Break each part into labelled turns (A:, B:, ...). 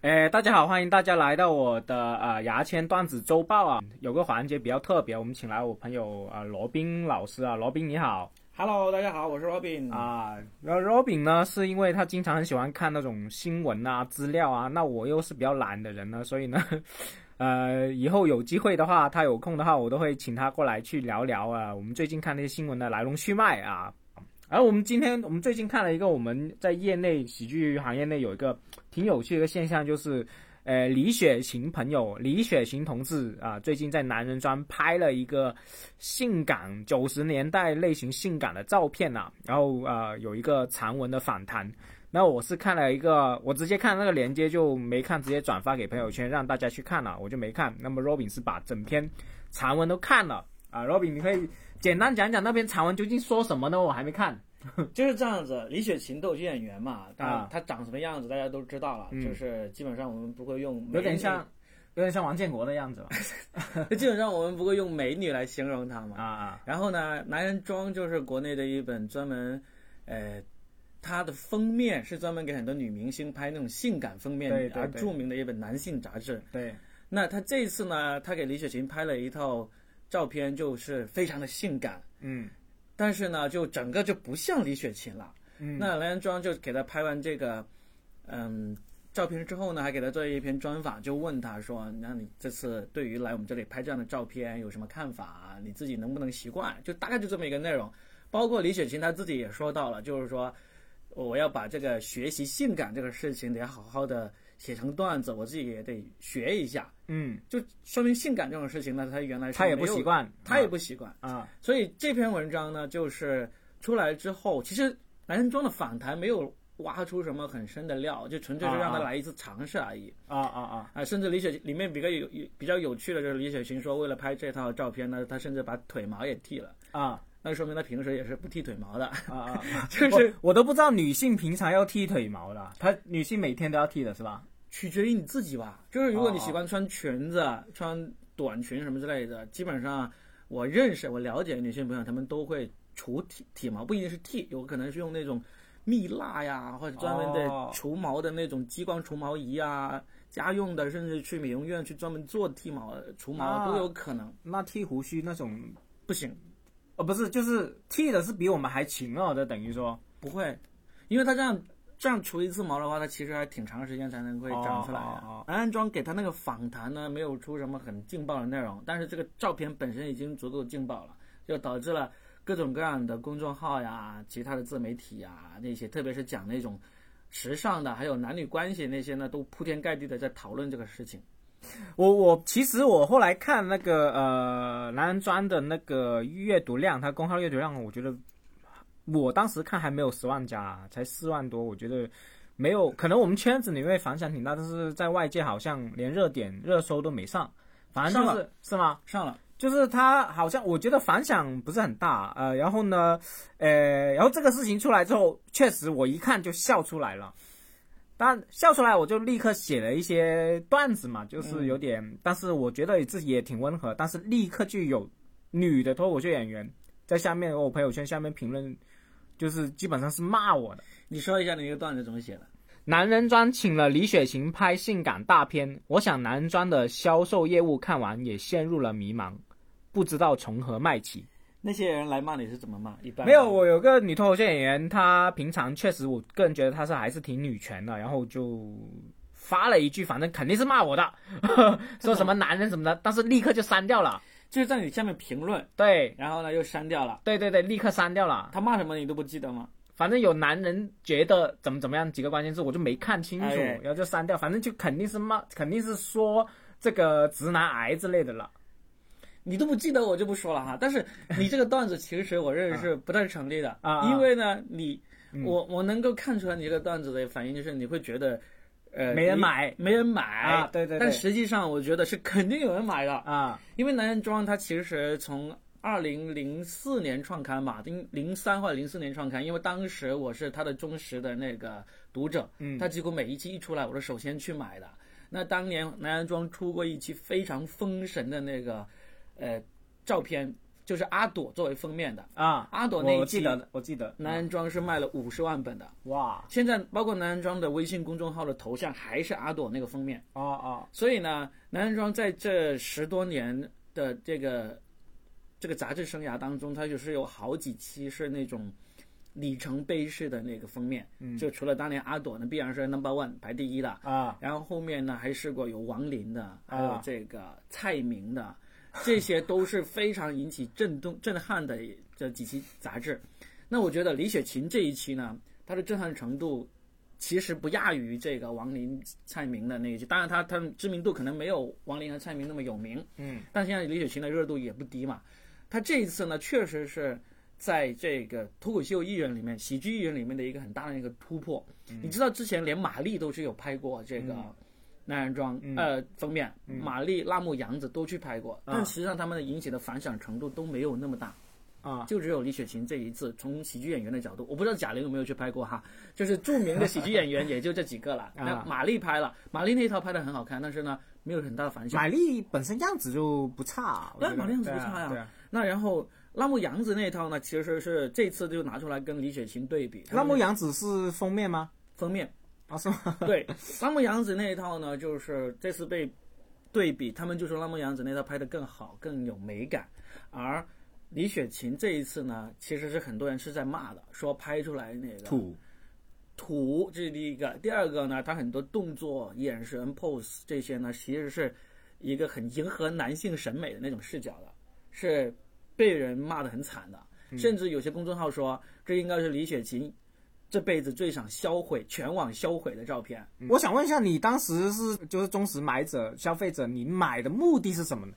A: 哎，大家好，欢迎大家来到我的呃牙签段子周报啊，有个环节比较特别，我们请来我朋友啊、呃罗宾老师啊，罗宾你好
B: Hello，大家好，我是 Robin。
A: 啊，然后罗宾呢是因为他经常很喜欢看那种新闻啊、资料啊，那我又是比较懒的人呢，所以呢， 呃，以后有机会的话，他有空的话，我都会请他过来去聊聊啊，我们最近看那些新闻的来龙去脉啊。而我们今天，我们最近看了一个我们在业内喜剧行业内有一个挺有趣的一个现象，就是，呃，李雪琴朋友李雪琴同志啊、最近在男人庄拍了一个性感九十年代类型性感的照片呐、然后呃有一个长文的反弹。那我是看了一个，我直接看那个链接就没看，直接转发给朋友圈让大家去看了，我就没看。那么 Robin 是把整篇长文都看了啊，Robin 你可以简单讲讲那篇长文究竟说什么呢？我还没看。
B: 就是这样子，李雪琴逗趣演员嘛，当
A: 啊
B: 然她长什么样子大家都知道了，
A: 嗯
B: 就是基本上我们不会用美女
A: 有点 像，，有点像王建国的样子吧？
B: 基本上我们不会用美女来形容她嘛。
A: 啊啊，
B: 然后呢，《男人装》就是国内的一本专门，呃，它的封面是专门给很多女明星拍那种性感封面
A: 对对
B: 而
A: 对
B: 著名的一本男性杂志。
A: 对，
B: 那他这次呢，他给李雪琴拍了一套照片，就是非常的性感，
A: 嗯
B: 但是呢，就整个就不像李雪琴了。
A: 嗯，
B: 那蓝庄就给他拍完这个，嗯，照片之后呢，还给他做了一篇专访，就问他说：“那你这次对于来我们这里拍这样的照片有什么看法？你自己能不能习惯？”就大概就这么一个内容。包括李雪琴她自己也说到了，就是说我要把这个学习性感这个事情得好好的写成段子，我自己也得学一下。
A: 嗯，
B: 就说明性感这种事情呢，她原来是
A: 他也
B: 没
A: 不
B: 有
A: 习，惯，
B: 她也不习惯。
A: 啊，
B: 所以这篇文章呢，就是出来之后，其实男人装的反弹没有挖出什么很深的料，就纯粹是让他
A: 啊啊
B: 来一次尝试而已
A: 啊啊啊，
B: 啊。甚至李雪里面比较有有比较有趣的就是李雪琴说，为了拍这套照片呢，她甚至把腿毛也剃了，
A: 啊
B: 那说明她平时也是不剃腿毛的，
A: 啊啊！
B: 就是
A: 我我都不知道女性平常要剃腿毛的，啊她女性每天都要剃的是吧？
B: 取决于你自己吧。就是如果你
A: 哦哦
B: 喜欢穿裙子、穿短裙什么之类的，基本上我认识、我了解的女性朋友，她们都会除体体毛，不一定是剃，有可能是用那种蜜蜡呀，或者专门
A: 哦
B: 的除毛的那种激光除毛仪啊，家用的，甚至去美容院去专门做剃毛、除
A: 啊
B: 毛都有可能。
A: 那剃胡须那种，
B: 不行，
A: 哦，不是，就是剃的是比我们还勤哦的，等于说
B: 不会，因为它这样。这样除一次毛的话，它其实还挺长时间才能会长出来的。
A: 哦哦哦
B: 男安装给他那个访谈呢，没有出什么很劲爆的内容，但是这个照片本身已经足够劲爆了，就导致了各种各样的公众号呀、其他的自媒体呀那些，特别是讲那种时尚的，还有男女关系那些呢，都铺天盖地的在讨论这个事情。
A: 我我其实我后来看那个呃男人装的那个阅读量，它公号阅读量，我觉得我当时看还没有十万加，啊才四万多，我觉得没有，可能我们圈子里面反响挺大，但是在外界好像连热点热搜都没上，反正就
B: 上
A: 是是吗？
B: 上了，
A: 就是他好像我觉得反响不是很大，呃，然后呢，呃，然后这个事情出来之后，确实我一看就笑出来了，但笑出来我就立刻写了一些段子嘛，就是有点，但是我觉得自己也挺温和，但是立刻就有女的脱口秀演员在下面我朋友圈下面评论，就是基本上是骂我的。
B: 你说一下你那个段子怎么写的？
A: 男人装请了李雪琴拍性感大片，我想男人装的销售业务看完也陷入了迷茫，不知道从何卖起。
B: 那些人来骂你是怎么骂？一般
A: 没有，我有个女脱口秀演员，她平常确实，我个人觉得她是还是挺女权的，然后就发了一句，反正肯定是骂我的， 说什么男人什么的，但是立刻就删掉了。
B: 就是在你下面评论，
A: 对，
B: 然后呢又删掉了。
A: 对对对，立刻删掉了。
B: 他骂什么你都不记得吗？
A: 反正有男人觉得怎么怎么样几个关键字，我就没看清楚，
B: 哎
A: 然后就删掉。反正就肯定是骂，肯定是说这个直男癌之类的了。
B: 你都不记得，我就不说了哈。但是你这个段子其实我认为是不太成立的，
A: 啊啊
B: 因为呢，你、
A: 嗯
B: 我我能够看出来你这个段子的反应就是你会觉得，呃，
A: 没人
B: 你
A: 买，
B: 没人买
A: 啊对对对
B: 但实际上我觉得是肯定有人买的，
A: 啊
B: 因为男人装它其实从二零零四年创刊嘛，零零三或者零四年创刊，因为当时我是他的忠实的那个读者，
A: 嗯
B: 他几乎每一期一出来，我是首先去买的。那当年南安庄出过一期非常封神的那个，呃，照片就是阿朵作为封面的。
A: 啊，
B: 阿朵那一
A: 我记
B: 季
A: 得的，我记得。
B: 男人装是卖了五十万本的，
A: 哇，
B: 现在包括男人装的微信公众号的头像还是阿朵那个封面。
A: 哦哦，
B: 所以呢，男人装在这十多年的这个这个杂志生涯当中，它就是有好几期是那种里程碑式的那个封面。
A: 嗯
B: 就除了当年阿朵呢，必然是 number one 排第一的，
A: 啊，
B: 然后后面呢还试过有王林的，还有
A: 啊
B: 这个蔡明的，这些都是非常引起震动 震撼的这几期杂志。那我觉得李雪琴这一期呢，她的震撼程度其实不亚于这个王林、蔡明的那一期，当然她她们知名度可能没有王林和蔡明那么有名，
A: 嗯
B: 但现在李雪琴的热度也不低嘛。她这一次呢，确实是在这个脱口秀艺人里面、喜剧艺人里面的一个很大的一个突破。你知道之前连马丽都是有拍过这个
A: 嗯
B: 男人装、
A: 嗯
B: 呃封面，
A: 嗯
B: 马丽、辣目洋子都去拍过，但实际上他们的引起的反响程度都没有那么大，
A: 啊，
B: 就只有李雪琴这一次从喜剧演员的角度，我不知道贾玲有没有去拍过哈，就是著名的喜剧演员也就这几个了。那
A: 啊
B: 马丽拍了，马丽那一套拍的很好看，但是呢没有很大的反响。
C: 玛丽本身样子就不差，我
B: 对
C: 觉
B: 玛
C: 得
B: 丽样子
A: 对
B: 不
A: 啊
B: 差呀、
A: 对啊
B: 那然后辣目洋子那一套呢，其实是这次就拿出来跟李雪琴对比。
C: 辣目
B: 洋
C: 洋子是封面吗？
B: 封面，
C: 啊，是吗？
B: 对辣目洋子那一套呢，就是这次被对比，他们就说辣目洋子那套拍的更好，更有美感，而。李雪琴这一次呢，其实是很多人是在骂的，说拍出来那个
C: 土
B: 土，这是第一个。第二个呢，他很多动作、眼神、pose 这些呢，其实是一个很迎合男性审美的那种视角的，是被人骂得很惨的。甚至有些公众号说，这应该是李雪琴这辈子最想销毁、全网销毁的照片。
C: 我想问一下，你当时是就是忠实买者、消费者，你买的目的是什么呢？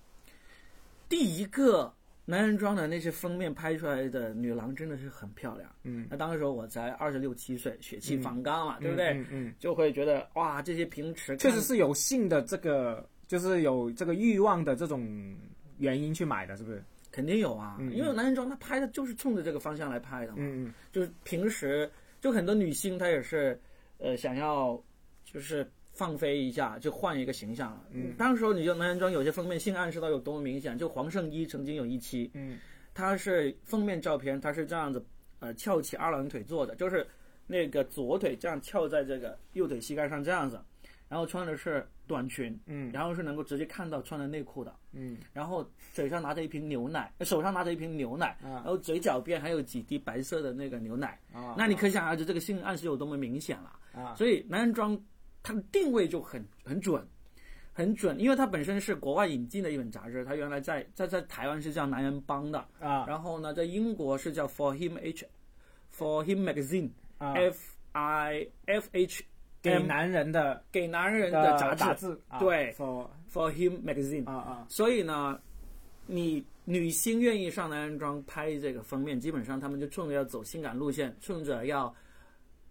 B: 第一个男人装的那些封面拍出来的女郎真的是很漂亮。
A: 嗯，
B: 那当时我才二十六七岁，血气方刚啊嘛，对不对？
A: 嗯嗯，
B: 就会觉得哇，这些平时
C: 确
B: 看
C: 实是有性的这个，就是有这个欲望的这种原因去买的，是不是？
B: 肯定有啊，
C: 嗯
B: 因为男人装他拍的就是冲着这个方向来拍的嘛，
C: 嗯嗯，
B: 就是平时就很多女星她也是，呃，想要就是放飞一下，就换一个形象。嗯，当时候你就男人装有些封面性暗示到有多么明显，就黄圣依曾经有一期，
A: 嗯，
B: 她是封面照片，她是这样子，呃，翘起二郎腿坐的，就是那个左腿这样翘在这个右腿膝盖上这样子，然后穿的是短裙，
A: 嗯
B: 然后是能够直接看到穿的内裤的。
A: 嗯
B: 然后嘴上拿着一瓶牛奶，呃手上拿着一瓶牛奶，然后嘴角边还有几滴白色的那个牛奶。
A: 啊，
B: 那你可想而知这个性暗示有多么明显了。
A: 啊
B: 所以男人装它的定位就很很准，很准，因为它本身是国外引进的一本杂志，它原来在在在台湾是叫《男人帮》的，
A: 啊
B: 然后呢，在英国是叫 For Him H For Him Magazine、
A: 啊，
B: F I F H
A: 给
B: M
A: 男人的
B: 给男人的
A: 的
B: 杂志
A: 杂志，啊
B: 对
A: ，for-
B: For Him Magazine。
A: 啊啊
B: 所以呢，你女星愿意上男人装拍这个封面，基本上他们就冲着要走性感路线，冲着要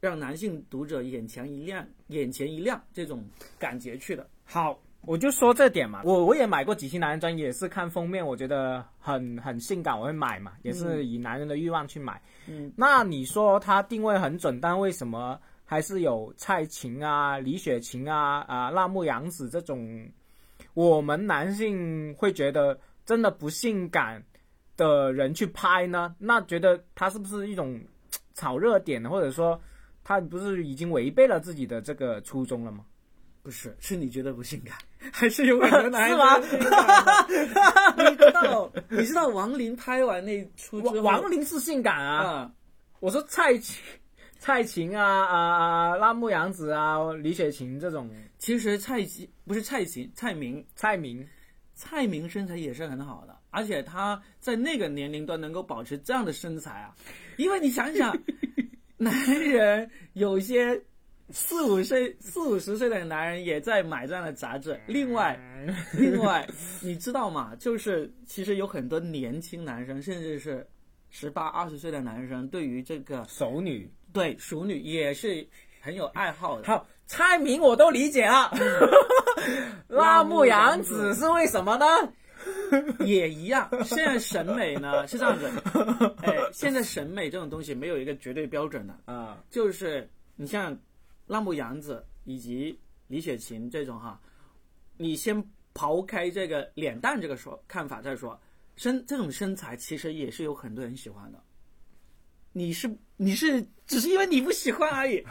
B: 让男性读者眼前一亮、眼前一亮这种感觉去的。
A: 好，我就说这点嘛，我我也买过几期男人专，也是看封面，我觉得很很性感，我会买嘛，也是以男人的欲望去买。
B: 嗯，
A: 那你说它定位很准，但为什么还是有蔡琴啊、李雪琴啊、啊辣目洋子这种，我们男性会觉得真的不性感的人去拍呢？那觉得它是不是一种嘖炒热点，或者说他不是已经违背了自己的这个初衷了吗？
B: 不是，是你觉得不性感，还是有很多男
A: 是
B: 人
A: 吗
B: 觉得性感的？你知道，你知道王林拍完那出之
A: 王
B: 后，
A: 王林是性感啊，
B: 啊，
A: 我说蔡琴、 蔡琴啊啊啊，辣目洋子啊，李雪琴这种，
B: 其实蔡琴不是蔡琴，蔡明
A: 蔡明
B: 蔡明身材也是很好的，而且他在那个年龄段能够保持这样的身材啊，因为你想想，男人有些四五岁、四五十岁的男人也在买这样的杂志。另外，
A: 嗯
B: 另外，你知道吗？就是其实有很多年轻男生，甚至是十八、二十岁的男生，对于这个
A: 熟女，
B: 对熟女也是很有爱好的。
A: 好，蔡明我都理解啊了，
B: 嗯
A: 辣目洋子是为什么呢？
B: 也一样。现在审美呢是这样子，哎，现在审美这种东西没有一个绝对标准的，
A: 啊，
B: 就是你像辣目洋子以及李雪琴这种哈，你先刨开这个脸蛋这个说看法再说，身这种身材其实也是有很多人喜欢的。你是你是只是因为你不喜欢而已，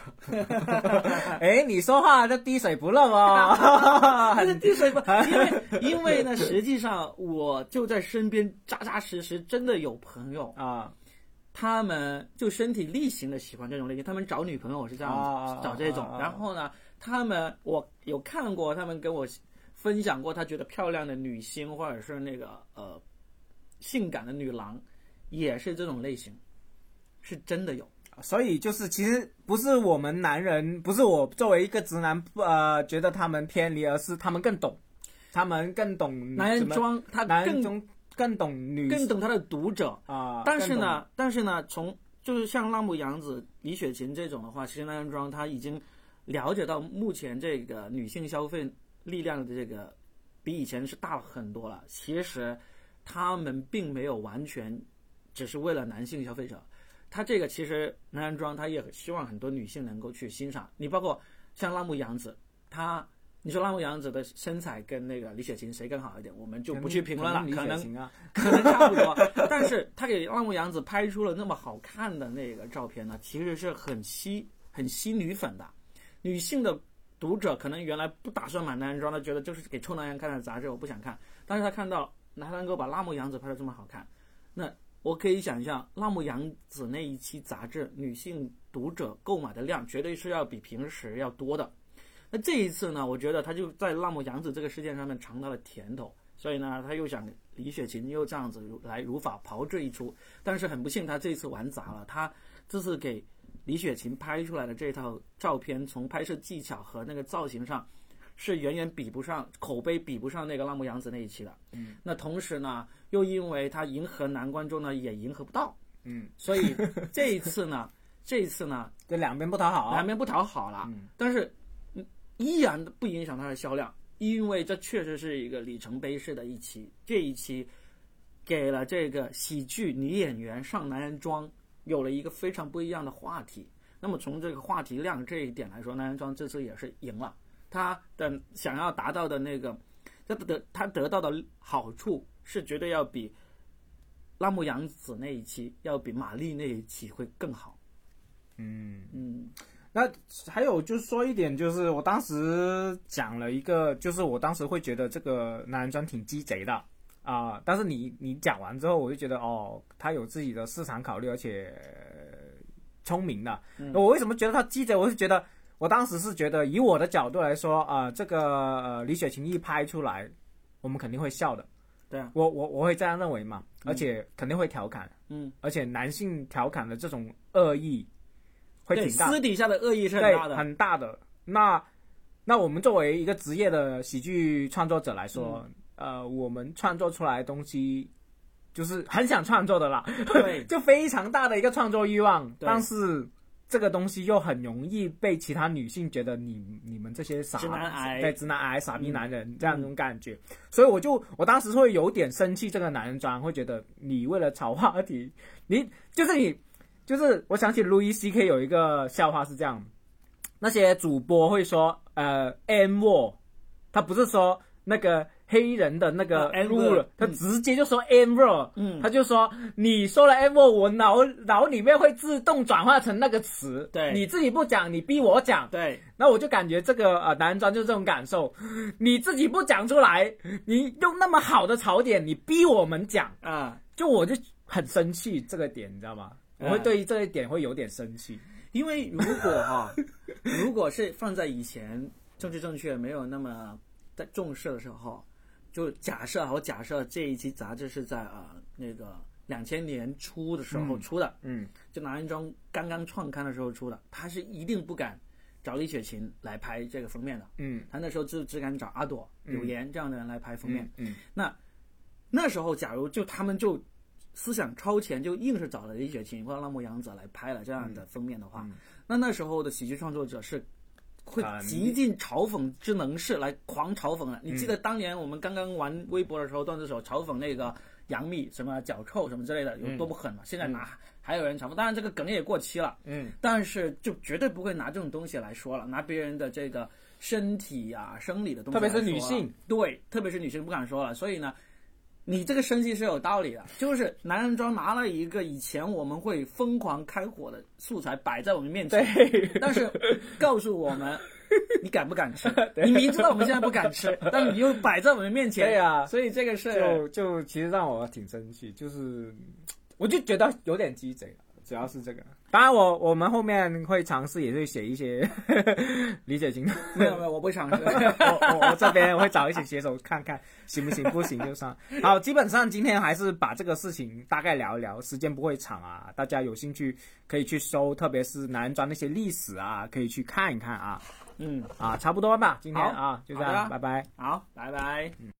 A: 哎，你说话这滴水不漏哦。
B: 但是滴水不，因为因为呢，实际上我就在身边扎扎实实真的有朋友，
A: 啊
B: 他们就身体力行的喜欢这种类型，他们找女朋友是这样子、
A: 啊
B: 找这种，
A: 啊啊
B: 然后呢，他们我有看过，他们跟我分享过，他觉得漂亮的女星或者是那个呃性感的女郎，也是这种类型，是真的有。
A: 所以就是，其实不是我们男人，不是我作为一个直男，呃，觉得他们偏离，而是他们更懂，他们更懂
B: 男
A: 嗯怎
B: 人
A: 么
B: 装他
A: 男人
B: 更
A: 中更懂女
B: 更懂他的读者，
A: 啊，
B: 但是
A: 更懂
B: 呢，但是呢，从就是像浪木洋子、李雪琴这种的话，其实男人装他已经了解到目前这个女性消费力量的这个比以前是大了很多了。其实他们并没有完全只是为了男性消费者，他这个其实男人装他也希望很多女性能够去欣赏。你包括像浪木洋子，她。你说浪木洋子的身材跟那个李雪琴谁更好一点，我们就不去评论了，
A: 可
B: 可能
A: 能啊，
B: 可能差不多。但是他给浪木洋子拍出了那么好看的那个照片呢，其实是很吸很吸女粉的。女性的读者可能原来不打算买男人装的，觉得就是给臭男人看的杂志，我不想看。但是他看到他能够把辣木洋子拍的这么好看，那我可以想象辣木洋子那一期杂志女性读者购买的量绝对是要比平时要多的。那这一次呢，我觉得他就在辣木洋子这个事件上面尝到了甜头，所以呢，他又想李雪琴又这样子如来如法炮制一出，但是很不幸，他这次玩砸了。他这次给李雪琴拍出来的这套照片，从拍摄技巧和那个造型上，是远远比不上口碑，比不上那个浪木洋子那一期的。嗯，那同时呢，又因为他迎合男观众呢，也迎合不到。
A: 嗯，
B: 所以这一次呢，这一次呢，
A: 这两边不讨好
B: 南
A: 啊，
B: 边不讨好了，
A: 嗯
B: 但是嗯依然不影响它的销量，因为这确实是一个里程碑式的一期。这一期给了这个喜剧女演员上男人装有了一个非常不一样的话题。那么从这个话题量这一点来说，男人装这次也是赢了。他的想要达到的那个，他得他得到的好处是绝对要比拉姆杨子那一期，要比玛丽那一期会更好。
A: 嗯。
B: 嗯，
A: 还有就是说一点，就是我当时讲了一个，就是我当时会觉得这个男人装挺鸡贼的啊、但是你你讲完之后，我就觉得哦，他有自己的市场考虑，而且呃聪明的。
B: 嗯
A: 我为什么觉得他鸡贼？我是觉得我当时是觉得，以我的角度来说啊、这个呃李雪琴一拍出来，我们肯定会笑的。
B: 对啊，
A: 我我我会这样认为嘛，而且肯定会调侃，
B: 嗯，
A: 而且男性调侃的这种恶意会
B: 对，
A: 挺大的。
B: 私底下的恶意是很
A: 对，
B: 大 的，
A: 很大的。那那我们作为一个职业的喜剧创作者来说，
B: 嗯
A: 呃，我们创作出来的东西就是很想创作的啦，
B: 对，
A: 就非常大的一个创作欲望，
B: 对
A: 但是。这个东西又很容易被其他女性觉得你你们这些傻
B: 直男癌嗯
A: 对直男癌傻逼男人这样一种感觉，所以我就我当时会有点生气这个男人装，会觉得你为了炒话题，你就是你就是我想起 Louis C K 有一个笑话是这样，那些主播会说呃 N word，他不是说那个黑人的那个
B: 啊，N
A: rule，、
B: word，
A: 他
B: 嗯
A: 直接就说 N word，、
B: 嗯，
A: 他就说你说了 M，我脑脑里面会自动转化成那个词，
B: 对
A: 你自己不讲，你逼我讲，
B: 对，
A: 那我就感觉这个呃男人装就是这种感受，你自己不讲出来，你用那么好的槽点，你逼我们讲，
B: 啊，
A: 就我就很生气这个点，你知道吗？我会
B: 嗯
A: 对于这一点会有点生气，
B: 因为如果 哈，如果是放在以前政治正确没有那么在重视的时候，就假设啊我假设这一期杂志是在啊、呃那个两千年初的时候
A: 嗯
B: 出的，
A: 嗯，
B: 就男人装刚刚创刊的时候出的，他是一定不敢找李雪琴来拍这个封面的，
A: 嗯
B: 他那时候只只敢找阿朵、柳岩这样的人来拍封面。
A: 嗯嗯
B: 那时候，假如就他们就思想超前，就硬是找了李雪琴或者浪木洋子来拍了这样的封面的话，
A: 嗯
B: 那那时候的喜剧创作者是会
A: 啊你
B: 极尽嘲讽之能事来狂嘲讽的。你记
A: 嗯
B: 得当年我们刚刚玩微博的时候，段子手嘲讽那个杨幂什么脚臭什么之类的
A: 嗯
B: 有多不狠嘛？现在拿还有人嘲讽，当然这个梗也过期了。
A: 嗯
B: 但是就绝对不会拿这种东西来说了，拿别人的这个啊身体呀、生理的东西来说了，
A: 特别是女性，
B: 对，特别是女性不敢说了。所以呢，你这个生气是有道理的，就是男人装拿了一个以前我们会疯狂开火的素材摆在我们面前，但是告诉我 们，你敢不敢吃？你明知道我们现在不敢吃，但是你又摆在我们面前，
C: 对
A: 啊
C: 呀
B: 所以这个是
C: 就就其实让我挺生气，就是我就觉得有点鸡贼了，主要是这个。
A: 当然我，我们后面会尝试，也会写一些 理解型的。
B: 没有没有，我不尝 试。
C: 哦
A: 我我我这边会找一些写手看看行不行，不行就算。好，基本上今天还是把这个事情大概聊一聊，时间不会长啊，大家有兴趣可以去搜，特别是男装那些历史啊，可以去看一看啊
B: 嗯，
A: 啊，差不多吧，今天
B: 好
A: 啊就这
B: 好的
A: 样，拜拜。
B: 好，拜拜。